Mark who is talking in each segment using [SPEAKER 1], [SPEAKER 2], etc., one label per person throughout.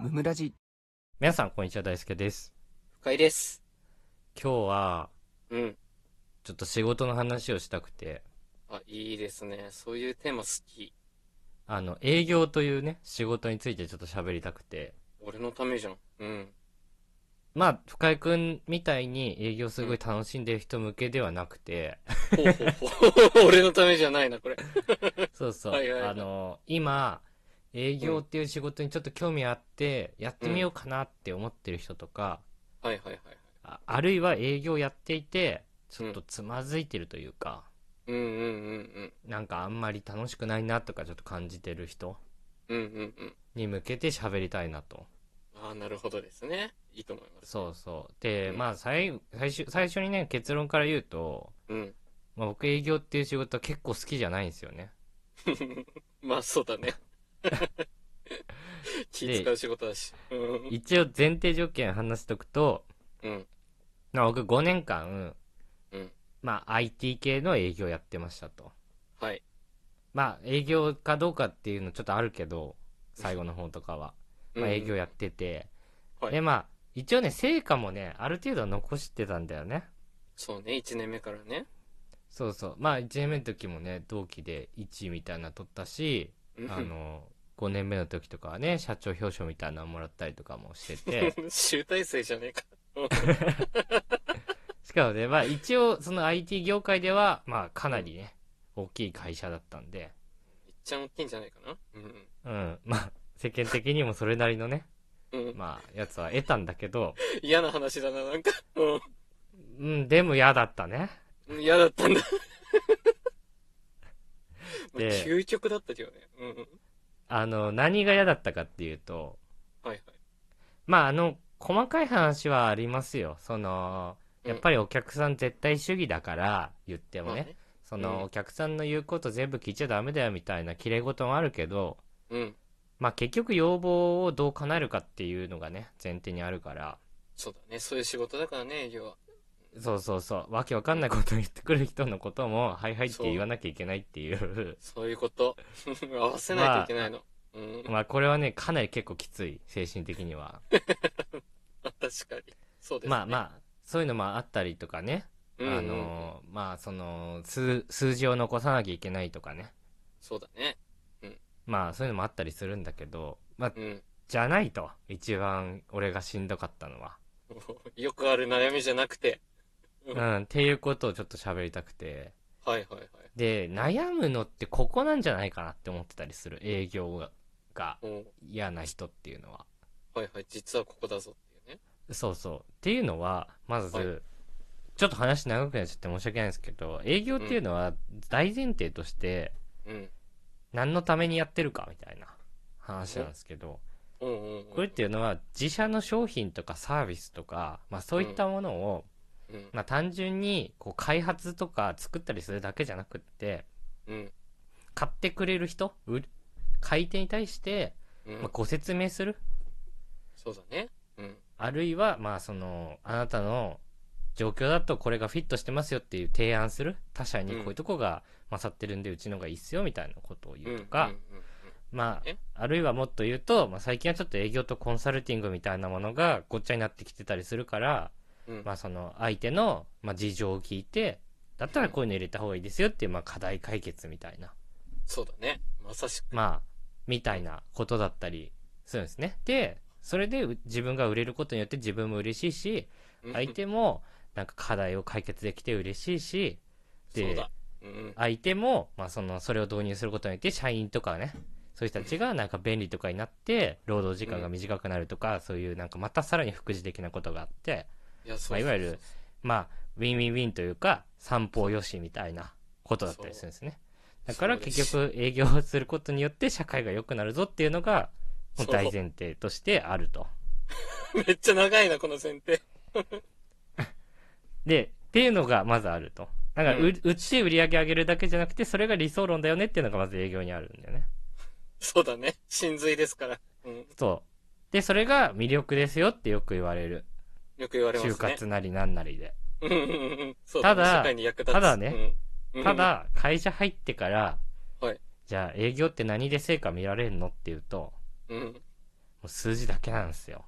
[SPEAKER 1] ムムラジ
[SPEAKER 2] 皆さんこんにちは大輔です
[SPEAKER 3] 深いです。
[SPEAKER 2] 今日は
[SPEAKER 3] うん。
[SPEAKER 2] ちょっと仕事の話をしたくて
[SPEAKER 3] あ、いいですね。そういうテーマ好き。
[SPEAKER 2] あの営業というね仕事についてちょっと喋りたくて
[SPEAKER 3] 俺のためじゃん。うん。
[SPEAKER 2] まあ深井君みたいに営業すごい楽しんでる人向けではなくて、
[SPEAKER 3] ほうほうほう。 俺のためじゃないな、これ。
[SPEAKER 2] そうそう、
[SPEAKER 3] はいはいはい
[SPEAKER 2] あの今営業っていう仕事にちょっと興味あってやってみようかなって思ってる人とか、
[SPEAKER 3] はいはいはい。
[SPEAKER 2] ああるいは営業やっていてちょっとつまずいてるというか、
[SPEAKER 3] うんうんうん
[SPEAKER 2] なんかあんまり楽しくないなとかちょっと感じてる人
[SPEAKER 3] うん。うんうんうん。
[SPEAKER 2] に向けて喋りたいなと
[SPEAKER 3] ああ、なるほどですね。いいと思います。
[SPEAKER 2] そうそうで、
[SPEAKER 3] うん
[SPEAKER 2] まあ最最初最初にね結論から言うと、
[SPEAKER 3] うん。
[SPEAKER 2] まあ、僕営業っていう仕事は結構好きじゃないんですよね
[SPEAKER 3] まあ、そう だね。気使う仕事だし。うん。
[SPEAKER 2] 一応前提条件話しとくと、
[SPEAKER 3] うん。
[SPEAKER 2] まあ、僕5年間、
[SPEAKER 3] うん
[SPEAKER 2] まあ、IT 系の営業やってましたと
[SPEAKER 3] はい。
[SPEAKER 2] まあ営業かどうかっていうのちょっとあるけど最後の方とかは、まあ、営業やってて、
[SPEAKER 3] うんはい
[SPEAKER 2] でまあ一応ね成果もねある程度は残してたんだよね
[SPEAKER 3] そうね、1年目からね。
[SPEAKER 2] そうそうまあ1年目の時もね同期で1位みたいなの取ったし、
[SPEAKER 3] うん
[SPEAKER 2] あ の5年目の時とかはね社長表彰みたいなのもらったりとかもして て
[SPEAKER 3] 集大成じゃねえか。
[SPEAKER 2] しかもねまあ一応その IT 業界ではまあかなりね、大きい会社だったんで
[SPEAKER 3] いっちゃん大きいんじゃないかな。うん。
[SPEAKER 2] うんまあ世間的にもそれなりのね
[SPEAKER 3] うん。
[SPEAKER 2] まあやつは得たんだけど
[SPEAKER 3] 嫌な話だな、なんか。
[SPEAKER 2] うんでも嫌だったね
[SPEAKER 3] うん。嫌だったんだ。
[SPEAKER 2] で
[SPEAKER 3] 究極だったけどね。うんうん。
[SPEAKER 2] あの何が嫌だったかっていうと
[SPEAKER 3] はいはい。
[SPEAKER 2] まああの細かい話はありますよそのやっぱりお客さん絶対主義だから言って
[SPEAKER 3] で
[SPEAKER 2] もね、そ
[SPEAKER 3] うん
[SPEAKER 2] のお客さんの言うこと全部聞いちゃダメだよみたいな綺麗事もあるけど、
[SPEAKER 3] うん。
[SPEAKER 2] まあ、結局要望をどう叶えるかっていうのがね前提にあるから
[SPEAKER 3] そうだね。そういう仕事だからね、営業は。
[SPEAKER 2] そうそうそうわけわかんないことを言ってくる人のことも「はいはい」って言わなきゃいけないっていう
[SPEAKER 3] そういうこと。 合わせないといけないの。うん。
[SPEAKER 2] まあこれはねかなり結構きつい精神的に は、
[SPEAKER 3] 確かに。そうですね。
[SPEAKER 2] まあ
[SPEAKER 3] あ、
[SPEAKER 2] まあそういうのもあったりとかね、
[SPEAKER 3] うん、
[SPEAKER 2] あのまあその数数字を残さなきゃいけないとかね
[SPEAKER 3] そうだね。
[SPEAKER 2] まあそういうのもあったりするんだけど、まあ、
[SPEAKER 3] うん。
[SPEAKER 2] じゃないと一番俺がしんどかったのは。
[SPEAKER 3] よくある悩みじゃなくて。 うん
[SPEAKER 2] うん、っていうことをちょっと喋りたくて。
[SPEAKER 3] はいはいはい。
[SPEAKER 2] で、悩むのってここなんじゃないかなって思ってたりする。営業がが
[SPEAKER 3] うん。
[SPEAKER 2] 嫌な人っていうのは。
[SPEAKER 3] はいはい。実はここだぞっていうね。
[SPEAKER 2] そうそう。っていうのは、まず、
[SPEAKER 3] はい
[SPEAKER 2] ちょっと話長くなっちゃって申し訳ないんですけど、営業っていうのは大前提として、
[SPEAKER 3] うん。
[SPEAKER 2] 何のためにやってるかみたいな話なんですけど、
[SPEAKER 3] うんうん、うん。
[SPEAKER 2] これっていうのは自社の商品とかサービスとか、まあそういったものを、
[SPEAKER 3] うん。
[SPEAKER 2] まあ単純にこう開発とか作ったりするだけじゃなくって、
[SPEAKER 3] うん。
[SPEAKER 2] 買ってくれる人売る買い手に対して、
[SPEAKER 3] うん。
[SPEAKER 2] まあ、ご説明する
[SPEAKER 3] そうだね。うん。
[SPEAKER 2] あるいはまあそのあなたの状況だとこれがフィットしてますよっていう提案する他社に
[SPEAKER 3] うん
[SPEAKER 2] こういうとこが勝ってるんでうちのがいいっすよみたいなことを言うと
[SPEAKER 3] う
[SPEAKER 2] か
[SPEAKER 3] ん、うんうん
[SPEAKER 2] ま
[SPEAKER 3] え
[SPEAKER 2] ああるいはもっと言うと、まあ、最近はちょっと営業とコンサルティングみたいなものがごっちゃになってきてたりするから、
[SPEAKER 3] うんうん
[SPEAKER 2] まあ、その相手のまあ事情を聞いてだったらこういうの入れた方がいいですよっていうまあ課題解決みたいな
[SPEAKER 3] そうだね。まさしく。
[SPEAKER 2] まあ、みたいなことだったりするんですね。で、それでう自分が売れることによって自分も嬉しいし、
[SPEAKER 3] うん
[SPEAKER 2] 相手もなんか課題を解決できて嬉しいし、で
[SPEAKER 3] そうだ。うん。
[SPEAKER 2] 相手も、まあその、それを導入することによって社員とかね、そういう人たちがなんか便利とかになって、労働時間が短くなるとか、そういうなんかまたさらに副次的なことがあって、
[SPEAKER 3] いや、そ
[SPEAKER 2] ま
[SPEAKER 3] う
[SPEAKER 2] あ、いわゆ
[SPEAKER 3] そう
[SPEAKER 2] る、まあ、ウィンウィンウィンというか、三方よしみたいなことだったりするんですね。
[SPEAKER 3] そ
[SPEAKER 2] だ
[SPEAKER 3] う
[SPEAKER 2] から
[SPEAKER 3] そうで
[SPEAKER 2] 結
[SPEAKER 3] す
[SPEAKER 2] 局、営業をすることによって社会が良くなるぞっていうのが、もう
[SPEAKER 3] そう
[SPEAKER 2] 大前提としてあると。
[SPEAKER 3] そう めっちゃ長いな、この前提。
[SPEAKER 2] で、っていうのがまずあると。だから、う
[SPEAKER 3] うん
[SPEAKER 2] 売って売り上げ上げるだけじゃなくて、それが理想論だよねっていうのがまず営業にあるんだよね。
[SPEAKER 3] そうだね。真髄ですから。うん。
[SPEAKER 2] そう。で、それが魅力ですよってよく言われる。
[SPEAKER 3] よく言われますね。
[SPEAKER 2] 就活なりなんなりで。
[SPEAKER 3] うんうんうんそう
[SPEAKER 2] ただ
[SPEAKER 3] 社会に役立つ
[SPEAKER 2] ただね、
[SPEAKER 3] うんうん
[SPEAKER 2] ただ、会社入ってから、
[SPEAKER 3] はい
[SPEAKER 2] じゃあ営業って何で成果見られるのっていうと、
[SPEAKER 3] うん
[SPEAKER 2] う数字だけなんですよ。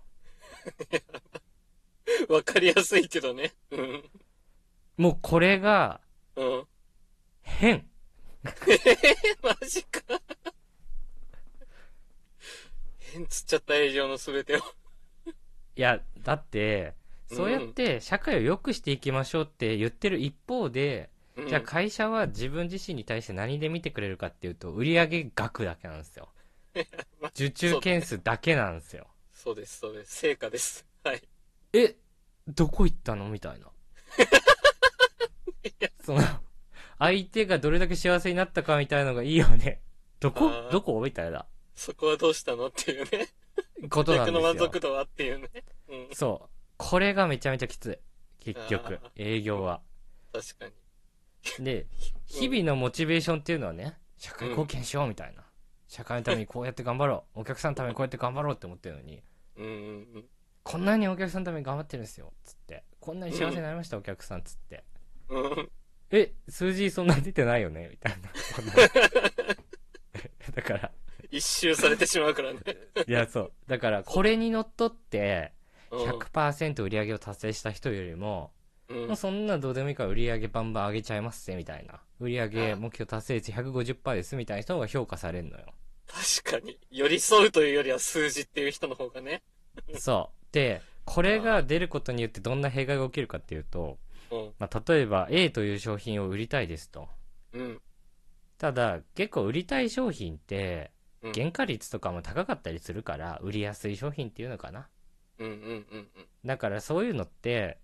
[SPEAKER 3] わかりやすいけどね。うん。
[SPEAKER 2] もうこれが
[SPEAKER 3] うん。
[SPEAKER 2] 変。
[SPEAKER 3] マジか。変つっちゃった以上の全てを。
[SPEAKER 2] いや、だって、そうやって社会を良くしていきましょうって言ってる一方で、
[SPEAKER 3] うん
[SPEAKER 2] じゃあ会社は自分自身に対して何で見てくれるかっていうと、売上額だけなん ですよ。受注件数だけなんですよ。
[SPEAKER 3] そうです、そうです。成果です。はい。
[SPEAKER 2] え、どこ行ったのみ たいな。その、相手がどれだけ幸せになったかみたいのがいいよ ね。どこ
[SPEAKER 3] あー
[SPEAKER 2] どこみたいな
[SPEAKER 3] そこはどうしたのっていうね。
[SPEAKER 2] ことなん
[SPEAKER 3] 客
[SPEAKER 2] で
[SPEAKER 3] の
[SPEAKER 2] す
[SPEAKER 3] 満
[SPEAKER 2] よ
[SPEAKER 3] 足。度はっていうね。うん。
[SPEAKER 2] そう。これがめちゃめちゃきつい。結局
[SPEAKER 3] あー、
[SPEAKER 2] 営業は。
[SPEAKER 3] 確かに。
[SPEAKER 2] で、日々のモチベーションっていうのはね、社会貢献しようみたいな。社会のためにこうやって頑張ろう。お客さんのためにこうやって頑張ろうって思ってるのに、
[SPEAKER 3] うんうん
[SPEAKER 2] こんなにお客さんのために頑張ってるんですよ。つって。こんなに幸せになりました、お客さん。つって。
[SPEAKER 3] うん。うん。
[SPEAKER 2] え、数字そんな出てないよねみたいな。 こんなだから、
[SPEAKER 3] 一周されてしまうからね。
[SPEAKER 2] いや、そう。だから、これにのっとって、
[SPEAKER 3] う
[SPEAKER 2] 100%売り上げを達成した人よりも、
[SPEAKER 3] ん。う。
[SPEAKER 2] もうんそんなどうでもいいから売り上げバンバン上げちゃいますぜ、みたいな。売り上げ目標達成率150%です、みたいな人が評価されるのよ。
[SPEAKER 3] 確かに。寄り添うというよりは数字っていう人の方がね。
[SPEAKER 2] そう。で、これが出ることによってどんな弊害が起きるかっていうと、
[SPEAKER 3] うん。
[SPEAKER 2] まあ、例えば A という商品を売りたいですと。
[SPEAKER 3] うん。
[SPEAKER 2] ただ、結構売りたい商品って、
[SPEAKER 3] うん
[SPEAKER 2] 原価率とかも高かったりするから、売りやすい商品っていうのかな。
[SPEAKER 3] うんうんうん
[SPEAKER 2] だからそういうのって、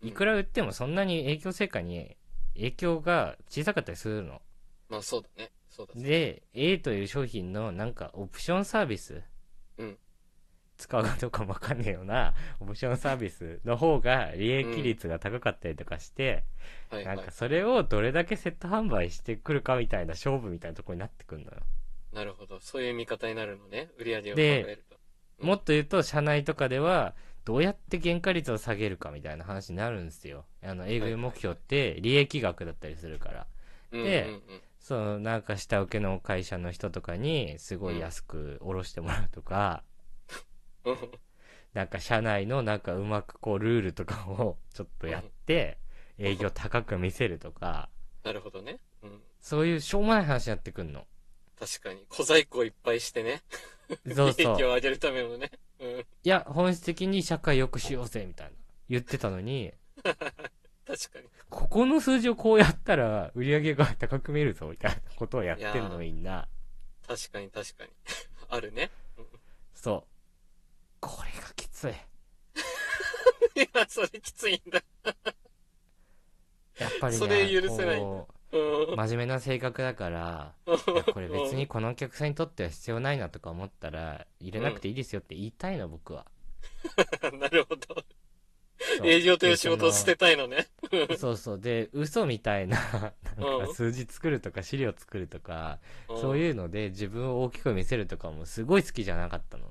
[SPEAKER 3] うん。
[SPEAKER 2] いく
[SPEAKER 3] ら
[SPEAKER 2] ら売ってもそんなに影響成果に影響が小さかったりするの。
[SPEAKER 3] まあそうだね。そうだね。
[SPEAKER 2] で、A という商品のなんかオプションサービス。
[SPEAKER 3] うん
[SPEAKER 2] 使うかどうかもわかんねえような、オプションサービスの方が利益率が高かったりとかして、
[SPEAKER 3] はいは
[SPEAKER 2] ないんか。それをどれだけセット販売してくるかみたいな勝負みたいなとこになってくるのよ。
[SPEAKER 3] なるほど。そういう見方になるのね。売り上げを考
[SPEAKER 2] で
[SPEAKER 3] えると。うん
[SPEAKER 2] もっと言うと、社内とかでは、どうやって原価率を下げるかみたいな話になるんですよ。あの、営業目標って利益額だったりするから。
[SPEAKER 3] うんうん
[SPEAKER 2] で
[SPEAKER 3] うん。
[SPEAKER 2] その、なんか下請けの会社の人とかに、すごい安く下ろしてもらうとか、
[SPEAKER 3] うん
[SPEAKER 2] なんか社内のなんかうまくこう、ルールとかをちょっとやって、営業高く見せるとか、
[SPEAKER 3] なるほどね。うん。
[SPEAKER 2] そういうしょうもない話になってくん の。
[SPEAKER 3] 確かに。小細工をいっぱいしてね。
[SPEAKER 2] そう
[SPEAKER 3] 利益
[SPEAKER 2] そう。
[SPEAKER 3] を上げるためのね。うん。
[SPEAKER 2] いや、本質的に社会良くしようぜ、みたいな。言ってたのに、
[SPEAKER 3] 確かに。
[SPEAKER 2] ここの数字をこうやったら売り上げが高く見えるぞみたいなことをやってんのみんな
[SPEAKER 3] 確かに確かに。 あるね。
[SPEAKER 2] そうこれがきつい
[SPEAKER 3] いや、それきついんだ。
[SPEAKER 2] やっぱりね
[SPEAKER 3] それ許せない
[SPEAKER 2] こ
[SPEAKER 3] うん
[SPEAKER 2] う。真面目な性格だからいやこれ別にこのお客さんにとっては必要ないなとか思ったら入れなくていいですよって言いたいの僕は
[SPEAKER 3] うん。 なるほど。
[SPEAKER 2] そう
[SPEAKER 3] 営業という仕事を捨てたいのね。
[SPEAKER 2] そうそうで嘘みたいななん
[SPEAKER 3] う
[SPEAKER 2] か
[SPEAKER 3] ん
[SPEAKER 2] 数字作るとか資料作るとか
[SPEAKER 3] ん
[SPEAKER 2] そういうので自分を大きく見せるとかもすごい好きじゃなかったの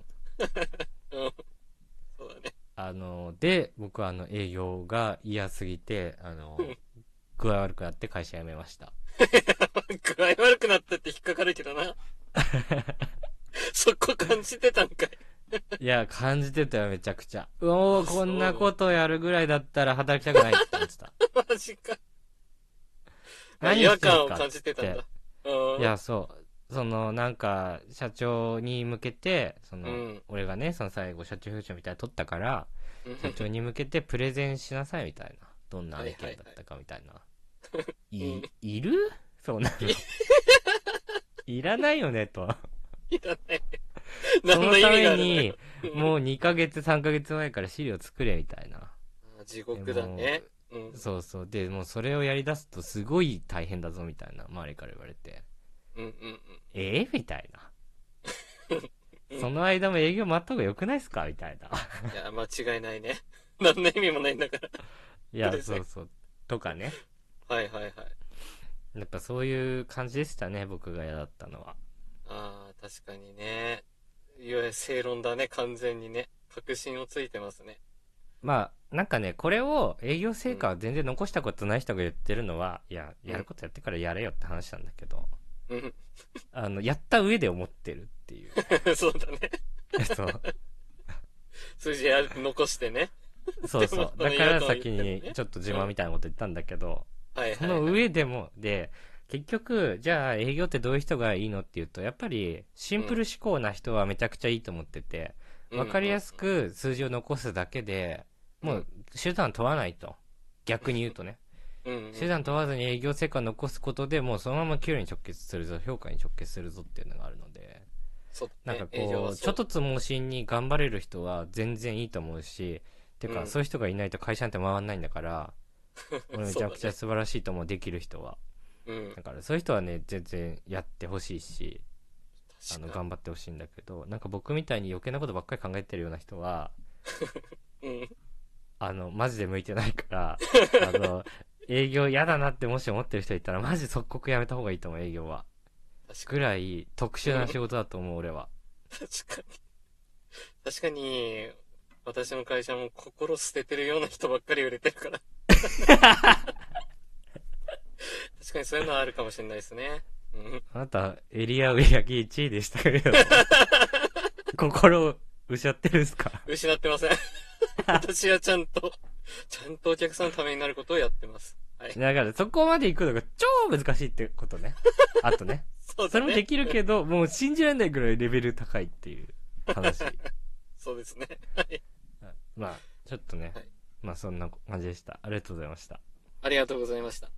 [SPEAKER 3] うん。そうだね。
[SPEAKER 2] あの、で、僕はあの、営業が嫌すぎて、あ の、具合悪くなって会社辞めました。
[SPEAKER 3] 具合悪くなったって引っかかるけ どな。そこ感じてたんかい。
[SPEAKER 2] いや、感じてたよ、めちゃくちゃ。うおー
[SPEAKER 3] あそう
[SPEAKER 2] こんなことやるぐらいだったら働きたくないって言って た。
[SPEAKER 3] マジか。
[SPEAKER 2] 何
[SPEAKER 3] 違
[SPEAKER 2] し
[SPEAKER 3] 和
[SPEAKER 2] てる
[SPEAKER 3] 感を
[SPEAKER 2] か
[SPEAKER 3] 感じてたんだ。うん。
[SPEAKER 2] いや、そう。その、なんか、社長に向けて、その、
[SPEAKER 3] うん
[SPEAKER 2] 俺がね、その最後、社長表彰みたいなの取った から、
[SPEAKER 3] うん、
[SPEAKER 2] 社長に向けてプレゼンしなさいみたいな。どんな案件だったかみたいな。い
[SPEAKER 3] いはいはい
[SPEAKER 2] いるそんなの。いらないよね、と。
[SPEAKER 3] いらない。
[SPEAKER 2] そ
[SPEAKER 3] 何
[SPEAKER 2] の
[SPEAKER 3] の意
[SPEAKER 2] た
[SPEAKER 3] 味が
[SPEAKER 2] め
[SPEAKER 3] あるの
[SPEAKER 2] に、もう2ヶ月、3ヶ月前から資料作れみたいな。
[SPEAKER 3] あ地獄だね。うん。
[SPEAKER 2] そうそう。で、もうそれをやり出すとすごい大変だぞみたいな、周りから言われて。
[SPEAKER 3] うんうんうん。
[SPEAKER 2] ええみたいな。 その間も営業待った方が良くないっすかみたいな。
[SPEAKER 3] いや、間違いないね。 何の意味もないんだから。
[SPEAKER 2] いや
[SPEAKER 3] プ、レゼ
[SPEAKER 2] そ
[SPEAKER 3] ン
[SPEAKER 2] うそう。とかね。
[SPEAKER 3] はいはいはい。
[SPEAKER 2] やっぱそういう感じでしたね、僕が嫌だったのは。
[SPEAKER 3] ああ、確かにね。いわゆる正論だね、完全にね。確信をついてますね。
[SPEAKER 2] まあ、なんかね、これを営業成果は全然残したことない人が言ってるのは、いや、やることやってからやれよって話なんだけど、
[SPEAKER 3] うん。
[SPEAKER 2] あの、やった上で思ってるっていう。
[SPEAKER 3] そうだね。
[SPEAKER 2] そう。
[SPEAKER 3] 数字ある残してね。
[SPEAKER 2] そうそ
[SPEAKER 3] でも
[SPEAKER 2] う。
[SPEAKER 3] その
[SPEAKER 2] だから
[SPEAKER 3] 言うことを言って
[SPEAKER 2] 先
[SPEAKER 3] るね
[SPEAKER 2] にちょっと自慢みたいなこと言ったんだけど、
[SPEAKER 3] はいは
[SPEAKER 2] そ
[SPEAKER 3] いはい、
[SPEAKER 2] の上でも、で、結局、じゃあ営業ってどういう人がいいのっていうと、やっぱりシンプル思考な人はめちゃくちゃいいと思ってて、わかりやすく数字を残すだけで、もう手段問わないと。逆に言うとね。
[SPEAKER 3] うんうん、うんうん
[SPEAKER 2] 手段問わずに営業成果を残すことでもうそのまま給料に直結するぞ、評価に直結するぞっていうのがあるので、
[SPEAKER 3] そう
[SPEAKER 2] なんか
[SPEAKER 3] ね営業
[SPEAKER 2] こ
[SPEAKER 3] は
[SPEAKER 2] う、
[SPEAKER 3] そう
[SPEAKER 2] ちょっとつ盲信に頑張れる人は全然いいと思うし、て
[SPEAKER 3] う
[SPEAKER 2] か、
[SPEAKER 3] ん
[SPEAKER 2] そういう人がいないと会社なんて回んないんだ から、俺めちゃくちゃ素晴らしいと思う、できる人は。
[SPEAKER 3] うん
[SPEAKER 2] だから、そういう人はね、全然やってほしいし、あの、
[SPEAKER 3] 確か
[SPEAKER 2] 頑張ってほしいんだけど、なんか僕みたいに余計なことばっかり考えてるような人は、
[SPEAKER 3] うん
[SPEAKER 2] あの、マジで向いてない から、あの、営業嫌だなってもし思ってる人いたら、マジ即刻やめた方がいいと思う、営業は。
[SPEAKER 3] 確か
[SPEAKER 2] ぐらい特殊な仕事だと思う、俺は。
[SPEAKER 3] に確かに確かに私の会社も心捨ててるような人ばっかり売れてるから確かにそういうのはあるかもしれないですね、うん、
[SPEAKER 2] あなた、エリア売り上げ1位でした けど、心を失ってるんですか
[SPEAKER 3] 失っ てません私はちゃんとちゃんとお客さんのためになることをやってますはい
[SPEAKER 2] だから、そこまで行くのが超難しいってことね。あとね。
[SPEAKER 3] そう
[SPEAKER 2] そ
[SPEAKER 3] だ
[SPEAKER 2] れもで
[SPEAKER 3] ね
[SPEAKER 2] きるけど、もう信じられないぐらいレベル高いっていう 話。
[SPEAKER 3] そうですね
[SPEAKER 2] まあ、ちょっとね
[SPEAKER 3] はい。
[SPEAKER 2] まあ、そんな感じでした。ありがとうございました。
[SPEAKER 3] ありがとうございました